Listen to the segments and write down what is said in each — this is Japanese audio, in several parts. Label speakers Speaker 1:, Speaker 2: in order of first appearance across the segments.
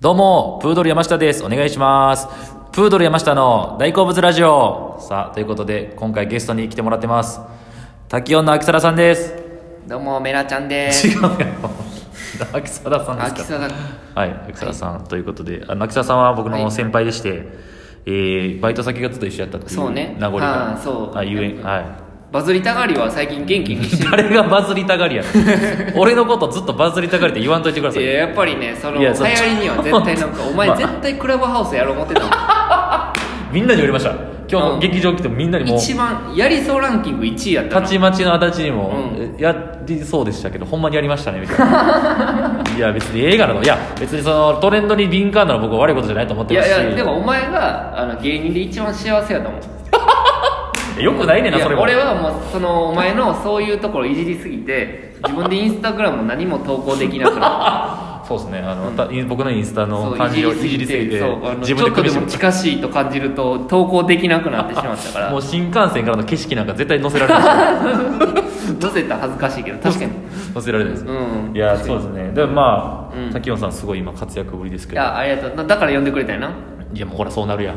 Speaker 1: どうも、プードル山下です。お願いします。プードル山下の大好物ラジオ。さあ、ということで、今回ゲストに来てもらってます。滝音の秋皿さんです。
Speaker 2: どうもメラちゃんで
Speaker 1: 違
Speaker 2: す。
Speaker 1: うよ。秋皿さんですか
Speaker 2: 秋沢
Speaker 1: はい、秋皿さん、ということで、あの秋皿さんは僕の先輩でして、えー、バイト先がずっと一緒やったっていう
Speaker 2: そうね
Speaker 1: 名残が。
Speaker 2: あーそう
Speaker 1: あ、ゆえん、はい。
Speaker 2: バズりたがりは最近元気にして
Speaker 1: 誰がバズりたがりやねん俺のことずっとバズりたがりって言わんといてください
Speaker 2: る。い
Speaker 1: よ
Speaker 2: ややっぱりねその
Speaker 1: い
Speaker 2: 流
Speaker 1: やそ
Speaker 2: 行
Speaker 1: う
Speaker 2: りには絶対なんかお 前
Speaker 1: まあ
Speaker 2: 絶対クラブハウスやろう思ってた
Speaker 1: みんなに言われました今日
Speaker 2: う
Speaker 1: も
Speaker 2: ん
Speaker 1: 劇場来てもみんなに
Speaker 2: もん
Speaker 1: もう
Speaker 2: 一番やりそうランキング1位やった
Speaker 1: た
Speaker 2: な。
Speaker 1: ちまちの足立にも、
Speaker 2: う
Speaker 1: やりそうでしたけどほんまにやりましたねみたいな いや別にええがなといや別にそのトレンドに敏感なの僕は悪いことじゃないと思っ
Speaker 2: い
Speaker 1: てますし
Speaker 2: やいやでもお前があの芸人で一番幸せやと思う。
Speaker 1: よくないねんないそれ
Speaker 2: や
Speaker 1: も
Speaker 2: 俺はもうそのお前のそういうところいじりすぎて自分でインスタグラムも何も投稿できな くなっ
Speaker 1: そうですねあの、た僕のインスタ
Speaker 2: た
Speaker 1: の
Speaker 2: そう
Speaker 1: 感じをいじりすぎて
Speaker 2: そうあのち
Speaker 1: 自分
Speaker 2: ょ
Speaker 1: で
Speaker 2: っと
Speaker 1: 首
Speaker 2: で
Speaker 1: 絞
Speaker 2: も
Speaker 1: め
Speaker 2: 近しいと感じると投稿できなくなってしまったから
Speaker 1: もう新幹線からの景色なんか絶対載せられない
Speaker 2: どうせやったら恥ずかしいけど確かに
Speaker 1: 載せられないです、
Speaker 2: うん
Speaker 1: いやそうですねでもまあ、
Speaker 2: うん
Speaker 1: 滝音さんすごい今活躍ぶりですけ
Speaker 2: い
Speaker 1: ど
Speaker 2: やありがとうだから呼んでくれたよない
Speaker 1: やもうほらそうなるやん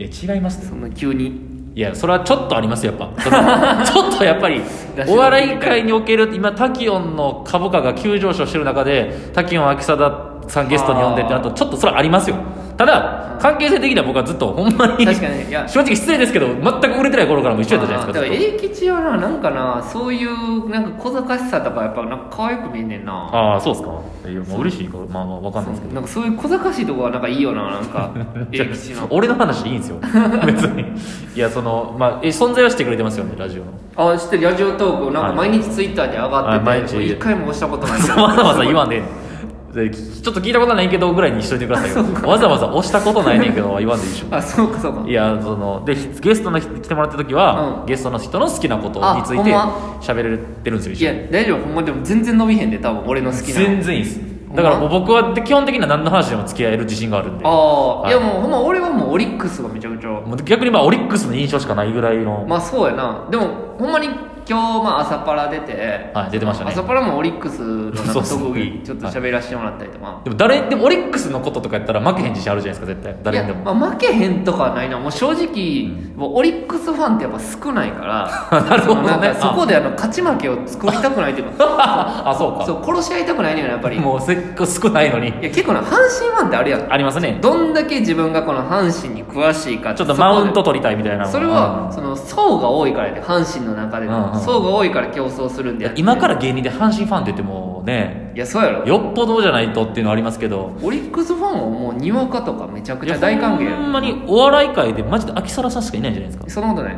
Speaker 1: いや違います
Speaker 2: そんな急に
Speaker 1: いやそれはちょっとありますやっぱその ちょっとやっぱりお笑い界における今タキオンの株価が急上昇してる中でタキオン秋貞さんゲストに呼んでって
Speaker 2: あー
Speaker 1: あとちょっとそれはありますよただ関係性的には僕はずっとほんまに
Speaker 2: 確かにいや
Speaker 1: 正直失礼ですけど全く売れてない頃からも一緒やったじゃないですか
Speaker 2: あーだ
Speaker 1: ずっと
Speaker 2: から英吉はななんかなそういうなんか小賢しさとかやっぱなんか可愛く見えんねんな
Speaker 1: ああそうですかいやもう嬉しいかまあまあわかんないですけど
Speaker 2: なんかそういう小賢しいとこはなんかいいよななん か
Speaker 1: じゃ
Speaker 2: 英
Speaker 1: あ
Speaker 2: 吉の
Speaker 1: 俺の話でいいん ですよ別にいやそのまあえ存在はしてくれてますよねラジオの
Speaker 2: あ知ってるラジオトークなんか
Speaker 1: はい
Speaker 2: 毎日ツイッターに上がってて、
Speaker 1: はい毎日
Speaker 2: 俺一回も押したことないけ ど
Speaker 1: わざわざ言わんでええねんでちょっと聞いたことないけどぐらいにしといてくださいよわざわざ押したことないねんけどは言わんでいいでしょ
Speaker 2: あそうかそうか
Speaker 1: いやそのでゲストの人来てもらった時は、
Speaker 2: うん
Speaker 1: ゲストの人の好きなこと
Speaker 2: あ
Speaker 1: につい
Speaker 2: ほん
Speaker 1: て
Speaker 2: ま
Speaker 1: 喋れてるんですよ
Speaker 2: いや大丈夫ほんまでも全然伸びへんで多分俺の好きな
Speaker 1: 全然いいです
Speaker 2: ほんま
Speaker 1: だからもう僕はで基本的には何の話でも付き合える自信があるんで
Speaker 2: ああ、
Speaker 1: はい
Speaker 2: い、やもうほんま俺はもうオリックスがめちゃめちゃ
Speaker 1: もう逆にまあオリックスの印象しかないぐらいの、
Speaker 2: まあそうやなでもほんまに今日まあ朝パラ出て、
Speaker 1: はい出てましたね
Speaker 2: 朝パラもオリックスのなん
Speaker 1: そう
Speaker 2: か
Speaker 1: っすね
Speaker 2: 特技ちょっと喋らせてもらったりとか、
Speaker 1: でも誰でもオリックスのこととかやったら負けへん自信あるじゃないですか絶対誰にで
Speaker 2: い
Speaker 1: も
Speaker 2: や、まあ、負けへんとかはないなもう正直、もうオリックスファンってやっぱ少ないから
Speaker 1: なるほどね
Speaker 2: そのなんかそこであの勝ち負けを作りたくないっていうか
Speaker 1: あそうか
Speaker 2: そう殺し合いたくないねんなやっぱりいや
Speaker 1: もうせっかく少ないのに
Speaker 2: 結構な阪神ファンってあるやん
Speaker 1: ありますね
Speaker 2: どんだけ自分がこの阪神に詳しいか
Speaker 1: ちょっとマウン
Speaker 2: そこで
Speaker 1: ト取りたいみたいな
Speaker 2: それはその層が多いからやで阪神の中で
Speaker 1: うんうん
Speaker 2: の層が多いから競争するん
Speaker 1: い
Speaker 2: で
Speaker 1: や
Speaker 2: あって
Speaker 1: 今から芸人で阪神ファンって言ってもね
Speaker 2: いやそうやろ
Speaker 1: よっぽどじゃないとっていうのはありますけど
Speaker 2: オリックスファンはもうにわかとかめちゃくちゃ大歓迎や
Speaker 1: ほんまにお笑い界でマジで秋皿さんしかいないんじゃない です
Speaker 2: そんなことない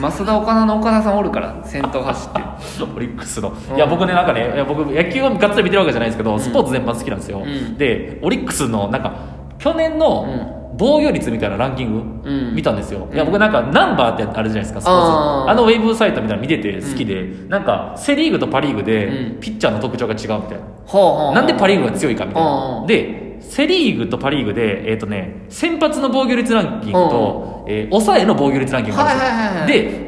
Speaker 2: 増田岡田の岡田さんおるから先頭走って
Speaker 1: かオリックスの、
Speaker 2: うん
Speaker 1: いや僕ねなんかねいや僕野球をがっつり見てるわけじゃないですけど、スポーツ全般好きなんですよ、
Speaker 2: うん
Speaker 1: でオリックスのなんか去年の防御率みたいなランキング、
Speaker 2: うん
Speaker 1: 見たんですよ、いや
Speaker 2: うん
Speaker 1: 僕なんかナンバーってあるじゃないですかスポーツ
Speaker 2: あ
Speaker 1: あ
Speaker 2: ー
Speaker 1: のウェブサイトみたいなの見てて好きで、なんかセ・リーグとパ・リーグで
Speaker 2: うん
Speaker 1: ピッチャーの特徴が違うみたいな、
Speaker 2: ほうほう
Speaker 1: なんでパ・リーグが強いかみたいな
Speaker 2: う。ん
Speaker 1: で、セ・リーグとパ・リーグで、えっ、とね、先発の防御率ランキングと、えー抑えの防御率ランキングがあるん
Speaker 2: はいはい
Speaker 1: ですよ。で、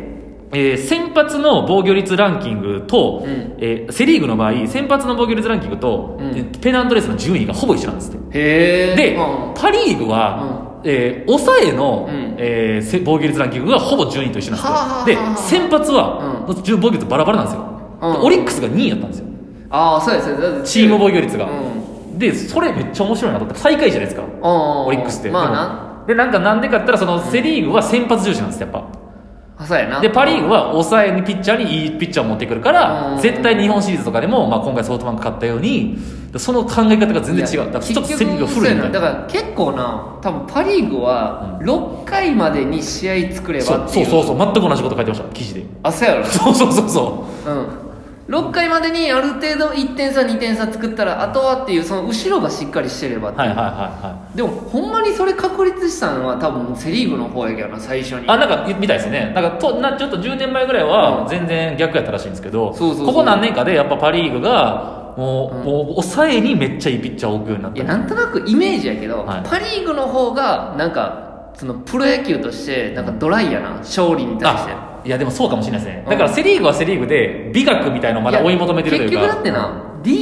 Speaker 1: えー先発の防御率ランキングと、
Speaker 2: うん
Speaker 1: えーセ・リーグの場合、先発の防御率ランキングと、
Speaker 2: うん
Speaker 1: えーペナントレースの順位がほぼ一緒なんですって。
Speaker 2: へえ
Speaker 1: で、
Speaker 2: うん
Speaker 1: パ・リーグは、えー抑えの、
Speaker 2: うん
Speaker 1: えーせ防御率ランキングがほぼ順位と一緒
Speaker 2: はあは
Speaker 1: なん
Speaker 2: あ
Speaker 1: です
Speaker 2: はあ
Speaker 1: よ。
Speaker 2: は
Speaker 1: で、
Speaker 2: あ
Speaker 1: 先発は、順防御率バラバラなんですよ。
Speaker 2: うん
Speaker 1: でオリックスが2位やったんですよ。
Speaker 2: ああそうですそうです
Speaker 1: チーム防御率が、
Speaker 2: う
Speaker 1: でそれめっちゃ面白いなと思って最下位じゃないですかオ
Speaker 2: オ
Speaker 1: リックスって
Speaker 2: まあな
Speaker 1: なでなんかなんでかって言ったらそのセ・リーグは先発重視なんですよやっ
Speaker 2: あそうやな
Speaker 1: ぱでパ・リーグは抑えにピッチャーにいいピッチャーを持ってくるから
Speaker 2: うん
Speaker 1: 絶対日本シリーズとかでも、まあ、今回ソフトバンク勝ったようにその考え方が全然違うだからちょっとセ・リーグが古いみ
Speaker 2: み
Speaker 1: たい
Speaker 2: だ
Speaker 1: な
Speaker 2: から結構な多分パ・リーグは6回までに試合作れば
Speaker 1: そ
Speaker 2: っ
Speaker 1: う
Speaker 2: て
Speaker 1: そ
Speaker 2: いう
Speaker 1: そうそう全く同じこと書いてました記事 で
Speaker 2: あそうやろ
Speaker 1: そうそうそうそう
Speaker 2: うん、6回までにある程度1点差2点差作ったらあとはっていうその後ろがしっかりしてればってい
Speaker 1: は
Speaker 2: う
Speaker 1: いはいはいは
Speaker 2: でもほんまにそれ確立したのは多分セ・リーグの方やけどな最初に
Speaker 1: いあなんかみたいですねなんかとなちょっと10年前ぐらいは全然逆やったらしいんですけど、
Speaker 2: そうそうそう
Speaker 1: ここ何年かでやっぱパ・リーグがもう,、
Speaker 2: うん
Speaker 1: もう抑えにめっちゃいいピッチャーを置くようになっ
Speaker 2: い
Speaker 1: た
Speaker 2: やなんとなくイメージやけど、
Speaker 1: はい
Speaker 2: パ・リーグの方がなんかそのプロ野球としてなんかドライやな勝利に対して
Speaker 1: あいやでもそうかもしれないですね、
Speaker 2: うん
Speaker 1: だからセ・リーグはセ・リーグで美学みたいのをまだ追い求めてるというか
Speaker 2: や結局だってな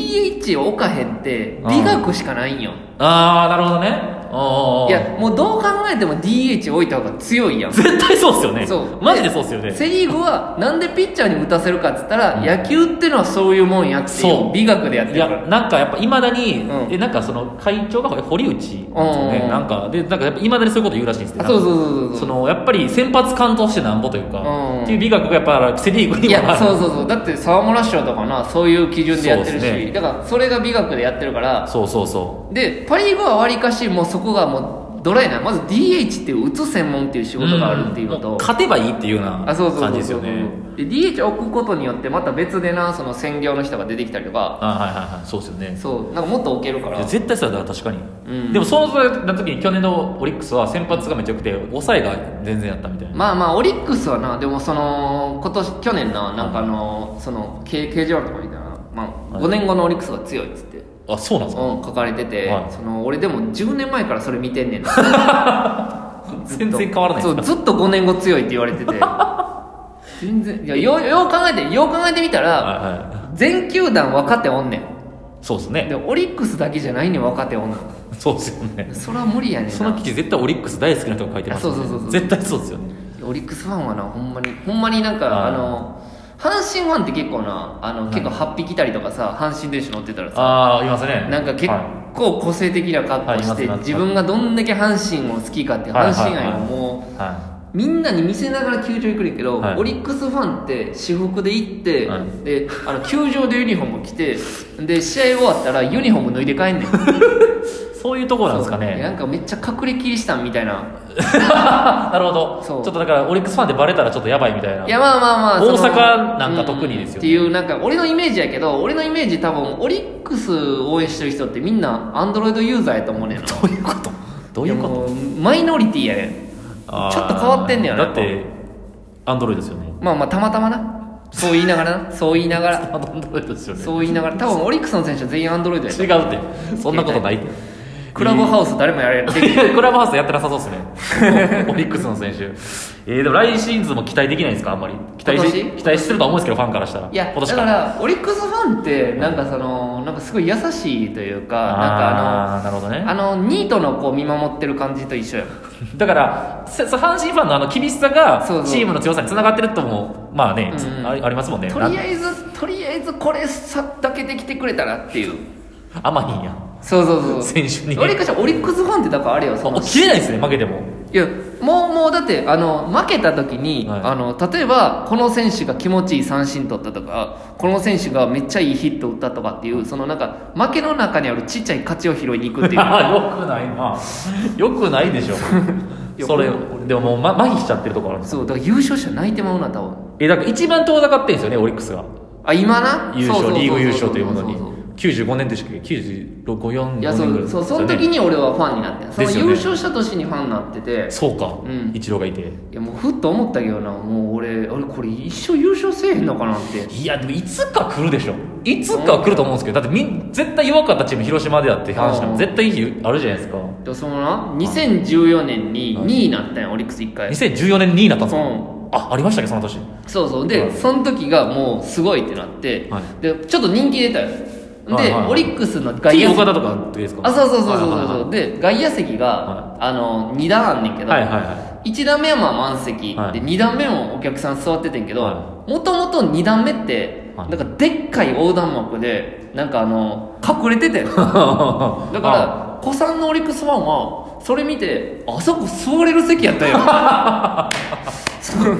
Speaker 2: DH を置かへんって美学しかないんよ、
Speaker 1: ああなるほどねおうおうおう
Speaker 2: いやもうどう考えても DH 置いた方が強いやん
Speaker 1: 絶対そうっすよね
Speaker 2: そう
Speaker 1: マジでそうっすよね
Speaker 2: セ・リーグはなんでピッチャーに打たせるかっつったら、
Speaker 1: うん
Speaker 2: 野球ってのはそういうもんやってい
Speaker 1: そう
Speaker 2: う美学でやって
Speaker 1: い
Speaker 2: るか
Speaker 1: や
Speaker 2: ら
Speaker 1: なんかやっぱいまだに、
Speaker 2: うん
Speaker 1: えなんかその会長が堀内ですよ
Speaker 2: うんうんう
Speaker 1: ね
Speaker 2: ん
Speaker 1: なんかでなんかいまだにそういうこと言うらしいんですけ
Speaker 2: あ
Speaker 1: ど
Speaker 2: そうそうそうそう
Speaker 1: そのやっぱり先発完投してなんぼというか、
Speaker 2: うん
Speaker 1: っていう美学がやっぱセ・リーグ
Speaker 2: い
Speaker 1: には
Speaker 2: や
Speaker 1: ある
Speaker 2: そうそうそうだって沢村賞とかなそういう基準でやって
Speaker 1: そ
Speaker 2: るし、
Speaker 1: うですね
Speaker 2: だからそれが美学でやってるから
Speaker 1: そうそうそ
Speaker 2: でパ・リーグはわりかしもうそこがもうドライなまず DH っていう打つ専門っていう仕
Speaker 1: う
Speaker 2: 事があるっていうの
Speaker 1: んも
Speaker 2: と、
Speaker 1: 勝てばいいっていうような
Speaker 2: あそうそうそう
Speaker 1: 感じですよね
Speaker 2: で DH 置くことによってまた別でなその専業の人が出てきたりとか
Speaker 1: あはいはいはいそうですよね
Speaker 2: そうなんかもっと置けるか
Speaker 1: いや
Speaker 2: ら
Speaker 1: 絶対そうだ確かに、
Speaker 2: うん
Speaker 1: でもそうなった時に去年のオリックスは先発がめちゃくて抑えが全然やったみたいな、
Speaker 2: まあまあオリックスはなでもその今年去年ななんかあのその掲掲示板とか見たらな、まあ、
Speaker 1: はい
Speaker 2: 5年後のオリックスが強いっつって、
Speaker 1: あそうなんですか、
Speaker 2: うん、書かれてて、
Speaker 1: はい
Speaker 2: その俺でも10年前からそれ見てん ねんなずっと
Speaker 1: 全然変わらない
Speaker 2: そうずっと5年後強いって言われ てて全然いやようよう考えてよう考えてみたら
Speaker 1: はいは
Speaker 2: 全球団若手おんね
Speaker 1: いそうです
Speaker 2: んで
Speaker 1: ね
Speaker 2: オリックスだけじゃないねん若手おんの
Speaker 1: そうですよね
Speaker 2: それは無理やねんな
Speaker 1: その記事絶対オリックス大好きな人が書いてますよね
Speaker 2: あそうそうそうそう
Speaker 1: 絶対そうですよね
Speaker 2: オリックスファンはなほんまにほんまになん
Speaker 1: は
Speaker 2: か
Speaker 1: い
Speaker 2: あの阪神ファンって結構なあの結構8匹いたりとかさ阪神電車乗ってたらさ
Speaker 1: ああいますね
Speaker 2: なんか結
Speaker 1: はい
Speaker 2: 構個性的な格好し
Speaker 1: はいい
Speaker 2: て
Speaker 1: ます
Speaker 2: 自分がどんだけ阪神を好きかっていう阪神愛をも
Speaker 1: は
Speaker 2: うみんなに見せながら球場行くねんけど
Speaker 1: はい
Speaker 2: オリックスファンって私服で行って
Speaker 1: はい
Speaker 2: であの球場でユニフォーム着てで試合終わったらユニフォーム脱いで帰 んねんそ
Speaker 1: いそういうところなんですか
Speaker 2: う
Speaker 1: ね
Speaker 2: なんかめっちゃ隠れキリシタンみたいな
Speaker 1: なるほどち
Speaker 2: そ
Speaker 1: ょ
Speaker 2: う
Speaker 1: っとだからオリックスファンってバレたらちょっとやばいみたいない
Speaker 2: やまあまあまあその
Speaker 1: 大阪なんか特にですよね
Speaker 2: うんっていうなんか俺のイメージやけど俺のイメージ多分オリックス応援してる人ってみんなアンドロイドユーザーやと思うねん な
Speaker 1: どういうことどういうこと
Speaker 2: とマイノリティやねん
Speaker 1: あー
Speaker 2: ちょっと変わってんねやな
Speaker 1: だってアンドロイドですよね
Speaker 2: まあまあたまたまなそう言いながらなそう言いながら
Speaker 1: アンドロイドですよね
Speaker 2: そう言いながら多分オリックスの選手は全員アンドロイドや
Speaker 1: 違
Speaker 2: ねん
Speaker 1: うってそんなことないって
Speaker 2: クラブハウス誰もやれる
Speaker 1: クラブハウスやってなさそうですね オリックスの選手えー、でも来シーズンも期待できないんですかあんまり期待し
Speaker 2: 今年
Speaker 1: 期待してるとは思うんですけどファンからしたら
Speaker 2: いや
Speaker 1: 今年
Speaker 2: だからオリックスファンってなんかそのなんかすごい優しいというかなんか
Speaker 1: あーなるほど
Speaker 2: あ
Speaker 1: ね
Speaker 2: のあのニートの子を見守ってる感じと一緒や
Speaker 1: だからせそう阪神ファンのあの厳しさが
Speaker 2: そうそう
Speaker 1: チームの強さにつながってるともまあね、
Speaker 2: うんうん
Speaker 1: ありありますもんね
Speaker 2: とりあえずとりあえずこれさだけできてくれたらっていう
Speaker 1: あ甘いんや
Speaker 2: そうそうそう
Speaker 1: 選手に
Speaker 2: 俺かしらオリックスファンってだからあれよその
Speaker 1: 起きれないですね負けても
Speaker 2: いやもうもうだってあの負けた時に、
Speaker 1: はい
Speaker 2: あの例えばこの選手が気持ちいい三振取ったとかこの選手がめっちゃいいヒット打ったとかっていうそのなんか負けの中にあるちっちゃい勝ちを拾いに行くっていう
Speaker 1: あよくないなよくないでし ょ
Speaker 2: や
Speaker 1: それでももう、ま、麻痺しちゃってるところあるんです
Speaker 2: そうだから優勝者泣いてまうな多分
Speaker 1: えだから一番遠ざかってるんですよねオリックスが
Speaker 2: あ今な
Speaker 1: 優
Speaker 2: そ
Speaker 1: 勝
Speaker 2: うそうそうそう
Speaker 1: リーグ優勝というものに
Speaker 2: そそそ
Speaker 1: 95年でしたっけ96945
Speaker 2: いやそ
Speaker 1: 年ぐら
Speaker 2: う
Speaker 1: い
Speaker 2: そうその時
Speaker 1: に
Speaker 2: に俺はファンになってんその
Speaker 1: ですよね
Speaker 2: 優勝した年にファンになってて
Speaker 1: そうか、
Speaker 2: うん
Speaker 1: 一郎がいて
Speaker 2: いやもうふっと思ったけどなもう俺俺これ一生優勝せえへんのかなって
Speaker 1: いやでもいつか来るでしょいつか来ると思うんですけどだってみん絶対弱かったチーム広島でだって話なん
Speaker 2: あー
Speaker 1: て絶対あるじゃないですか
Speaker 2: でもそのな2014年に2位になったんやオリックス1回
Speaker 1: 2014年2位になったんですか、
Speaker 2: うん
Speaker 1: あありましたっけその年
Speaker 2: そうそう
Speaker 1: は
Speaker 2: で
Speaker 1: い
Speaker 2: その時がもうすごいってなって、
Speaker 1: は
Speaker 2: でちょっと人気出たよで、
Speaker 1: はいはいはい
Speaker 2: オリックスの外
Speaker 1: T
Speaker 2: 野
Speaker 1: 岡
Speaker 2: 席
Speaker 1: 田とかの時ですか
Speaker 2: あそうそうそうそうそう、
Speaker 1: はいはいはいはい
Speaker 2: で外野席が、
Speaker 1: は
Speaker 2: あの2段あんねんけど、
Speaker 1: はいはいは
Speaker 2: 1段目はまあ満席、
Speaker 1: はい
Speaker 2: で2段目もお客さん座っててんけど
Speaker 1: は
Speaker 2: もともと2段目って、
Speaker 1: はい
Speaker 2: なんかでっかい横断幕でなんかあの隠れてて だ
Speaker 1: だ
Speaker 2: から子さんのオリックスファンはそれ見てあそこ座れる席やったよ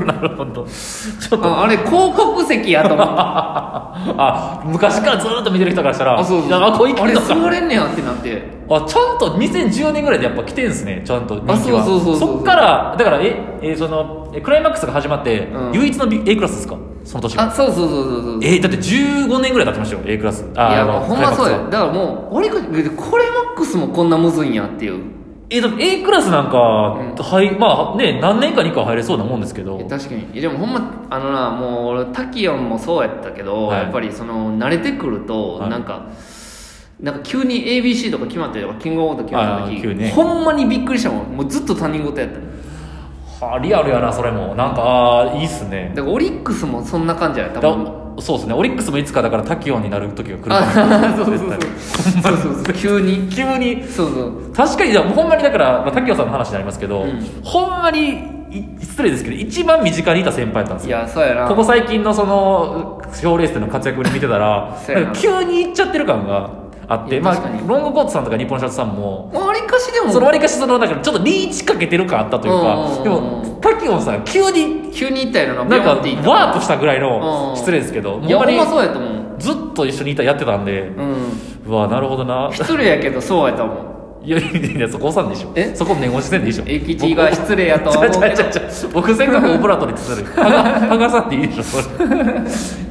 Speaker 1: なるほどちょっと
Speaker 2: ああれ広告席やと思った
Speaker 1: あ昔からずーっと見てる人からしたら
Speaker 2: あそうそう
Speaker 1: いやあこうい
Speaker 2: あ
Speaker 1: う
Speaker 2: れ
Speaker 1: のか
Speaker 2: 座れんねやってなって
Speaker 1: あちゃんと2014年ぐらいでやっぱ来てんすねちゃんと人気は
Speaker 2: あそうそうそうそう
Speaker 1: そっからだからええそのえクライマックスが始まって、
Speaker 2: うん
Speaker 1: 唯一の B- A クラスですかその年が
Speaker 2: あそうそうそうそうそう
Speaker 1: えだって15年ぐらい経ってましたよ A クラスあ
Speaker 2: いや
Speaker 1: あの
Speaker 2: もうほんまそう
Speaker 1: クライ
Speaker 2: や
Speaker 1: マックス
Speaker 2: だ
Speaker 1: は
Speaker 2: からもう俺がこれマックスもこんなむずいんやっていう
Speaker 1: えだって A クラスなんか、はいまあね何年かにかは入れそうなもんですけど
Speaker 2: いや確かにいやでもほんまあのなもう俺タキヨンもそうやったけど、
Speaker 1: はい
Speaker 2: やっぱりその慣れてくると、
Speaker 1: はい
Speaker 2: なんかなんか急に ABC とか決まったりとかキングオブコント決まった
Speaker 1: あー
Speaker 2: 時、
Speaker 1: 急にね
Speaker 2: ほんまにびっくりしたもんもうずっと他人事やった
Speaker 1: はあリアルやなそれもなんかあーいいっすね
Speaker 2: だからオリックスもそんな感じや多
Speaker 1: だ
Speaker 2: 分
Speaker 1: そうですねオリックスもいつかだからタキオンになる時が来る
Speaker 2: あ
Speaker 1: と
Speaker 2: そ
Speaker 1: 思
Speaker 2: うそうそうそうそうそう急に
Speaker 1: 絶対急に
Speaker 2: そうそう
Speaker 1: 確かにじゃあほんまにだから、まあ、タキオンさんの話になりますけど、
Speaker 2: うん
Speaker 1: ほんまにい失礼ですけど一番身近にいた先輩だったんです
Speaker 2: い
Speaker 1: よ
Speaker 2: やそうやな
Speaker 1: ここ最近のその賞レースでの活躍ぶり見てたら
Speaker 2: そうやな
Speaker 1: なんか急に行っちゃってる感があっ
Speaker 2: い
Speaker 1: て
Speaker 2: や
Speaker 1: ま
Speaker 2: 確か
Speaker 1: あ
Speaker 2: に
Speaker 1: ロングコートさんとか日本シャツさんも
Speaker 2: わりかしでも
Speaker 1: そのわりかしそのだからちょっとリーチかけてる感あったというかで
Speaker 2: うんうんうん
Speaker 1: もタキオンさん急に
Speaker 2: 急に行ったやろな
Speaker 1: なんか
Speaker 2: ビヨンって行った
Speaker 1: ワープしたぐらい
Speaker 2: うんう
Speaker 1: の
Speaker 2: ん
Speaker 1: 失礼ですけど
Speaker 2: いや
Speaker 1: ほんま
Speaker 2: ほん
Speaker 1: に
Speaker 2: まそうやと思う
Speaker 1: ずっと一緒にいたやってたんで
Speaker 2: うん
Speaker 1: うわなるほどな
Speaker 2: 失礼やけどそうやと思う
Speaker 1: いやいやいやそこさんでしょ
Speaker 2: え
Speaker 1: そこ念押しせんでいいでしょ
Speaker 2: 駅地が失礼やとは
Speaker 1: ちゃ
Speaker 2: 思
Speaker 1: ち
Speaker 2: うけ
Speaker 1: ゃち
Speaker 2: ど
Speaker 1: ゃちゃ僕せっかくオブラートに包んでる剥が剥がさんでいいでしょそれ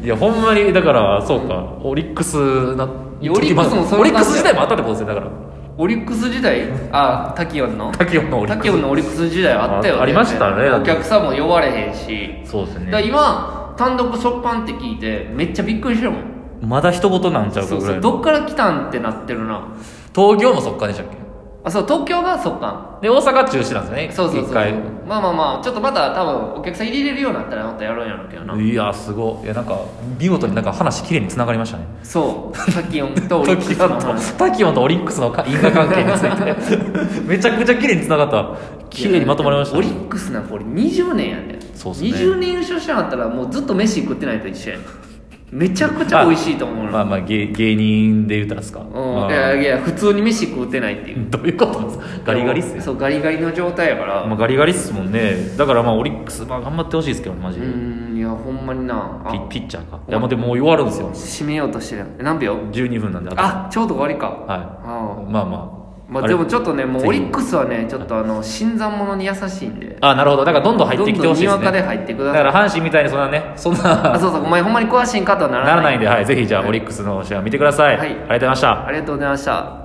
Speaker 1: いやほんまにだからそうかオリックスな
Speaker 2: やオリックスもそうい
Speaker 1: オリ
Speaker 2: う感じ
Speaker 1: ックス時代もあったってことですよだから
Speaker 2: オリックス時代あタキオンの
Speaker 1: タキオンのオリッ
Speaker 2: タ
Speaker 1: ク
Speaker 2: キオンのオリックス時代はあったよ
Speaker 1: あありましたね
Speaker 2: お客さんも呼ばれへんし
Speaker 1: スそうです
Speaker 2: だから今単独初版って聞いてめっちゃびっくりしてるもん
Speaker 1: まだ一言なんちゃうか
Speaker 2: そう
Speaker 1: ぐら
Speaker 2: そ
Speaker 1: いうの
Speaker 2: どっから来たんってなってるな
Speaker 1: 東京もそっかでしたっけ
Speaker 2: あそう東京がそっか
Speaker 1: で大阪中止なんですよね
Speaker 2: そうそうそう
Speaker 1: 一回
Speaker 2: まあまあまあちょっとまた多分お客さん入れれるようになったらまたやるんやろうけどない
Speaker 1: やすごいいやなんか見事になんか話きれいにつながりましたね
Speaker 2: そうタキオン とオリックス
Speaker 1: 時
Speaker 2: の
Speaker 1: 間と
Speaker 2: 話
Speaker 1: タキオンとオリックスの因果関係についてめちゃくちゃ綺麗に繋がった綺麗にまとまりました
Speaker 2: オ
Speaker 1: ね
Speaker 2: リックスなんか俺20年やで
Speaker 1: そうっすね
Speaker 2: 20年優勝してなかったらもうずっと飯食ってないと一緒やめちゃくちゃ美味しいと思う
Speaker 1: まあ
Speaker 2: な
Speaker 1: まあ芸芸人で言ったらですか、
Speaker 2: う
Speaker 1: ま
Speaker 2: ん
Speaker 1: あ
Speaker 2: いやいや普通に飯食ってないっていう
Speaker 1: どういうことですかガリガリっすね
Speaker 2: そうガリガリの状態やから
Speaker 1: まあ、ガリガリっすもんねだからまあオリックス、まあ、頑張ってほしいですけどマジ
Speaker 2: う
Speaker 1: で、
Speaker 2: んいやほんまになあ
Speaker 1: ピピッチャーかいやまあでももう終わるんですよ
Speaker 2: 締めようとしてるえ何秒
Speaker 1: 12分なんであと
Speaker 2: あちょうど終わりか
Speaker 1: は
Speaker 2: あ
Speaker 1: いまあまあ
Speaker 2: あまあ
Speaker 1: れ
Speaker 2: でもちょっとねも
Speaker 1: ぜ
Speaker 2: う
Speaker 1: ひ
Speaker 2: オリックスはねちょっとあの新参者に優しいんで
Speaker 1: あなるほどだからどんどん入ってきてほしいです
Speaker 2: どんどんにわかで
Speaker 1: ね
Speaker 2: 入ってく
Speaker 1: だ
Speaker 2: だ
Speaker 1: か
Speaker 2: さい
Speaker 1: ら阪神みたいにそんなねそん
Speaker 2: あ
Speaker 1: な
Speaker 2: そうそうお前ほんまに詳しいんかとはな
Speaker 1: な
Speaker 2: ら
Speaker 1: らな
Speaker 2: ない
Speaker 1: いんで、はい、ぜひじゃあオリックスの試合見てください、
Speaker 2: は
Speaker 1: あり
Speaker 2: い
Speaker 1: がとうございました
Speaker 2: ありがとうございました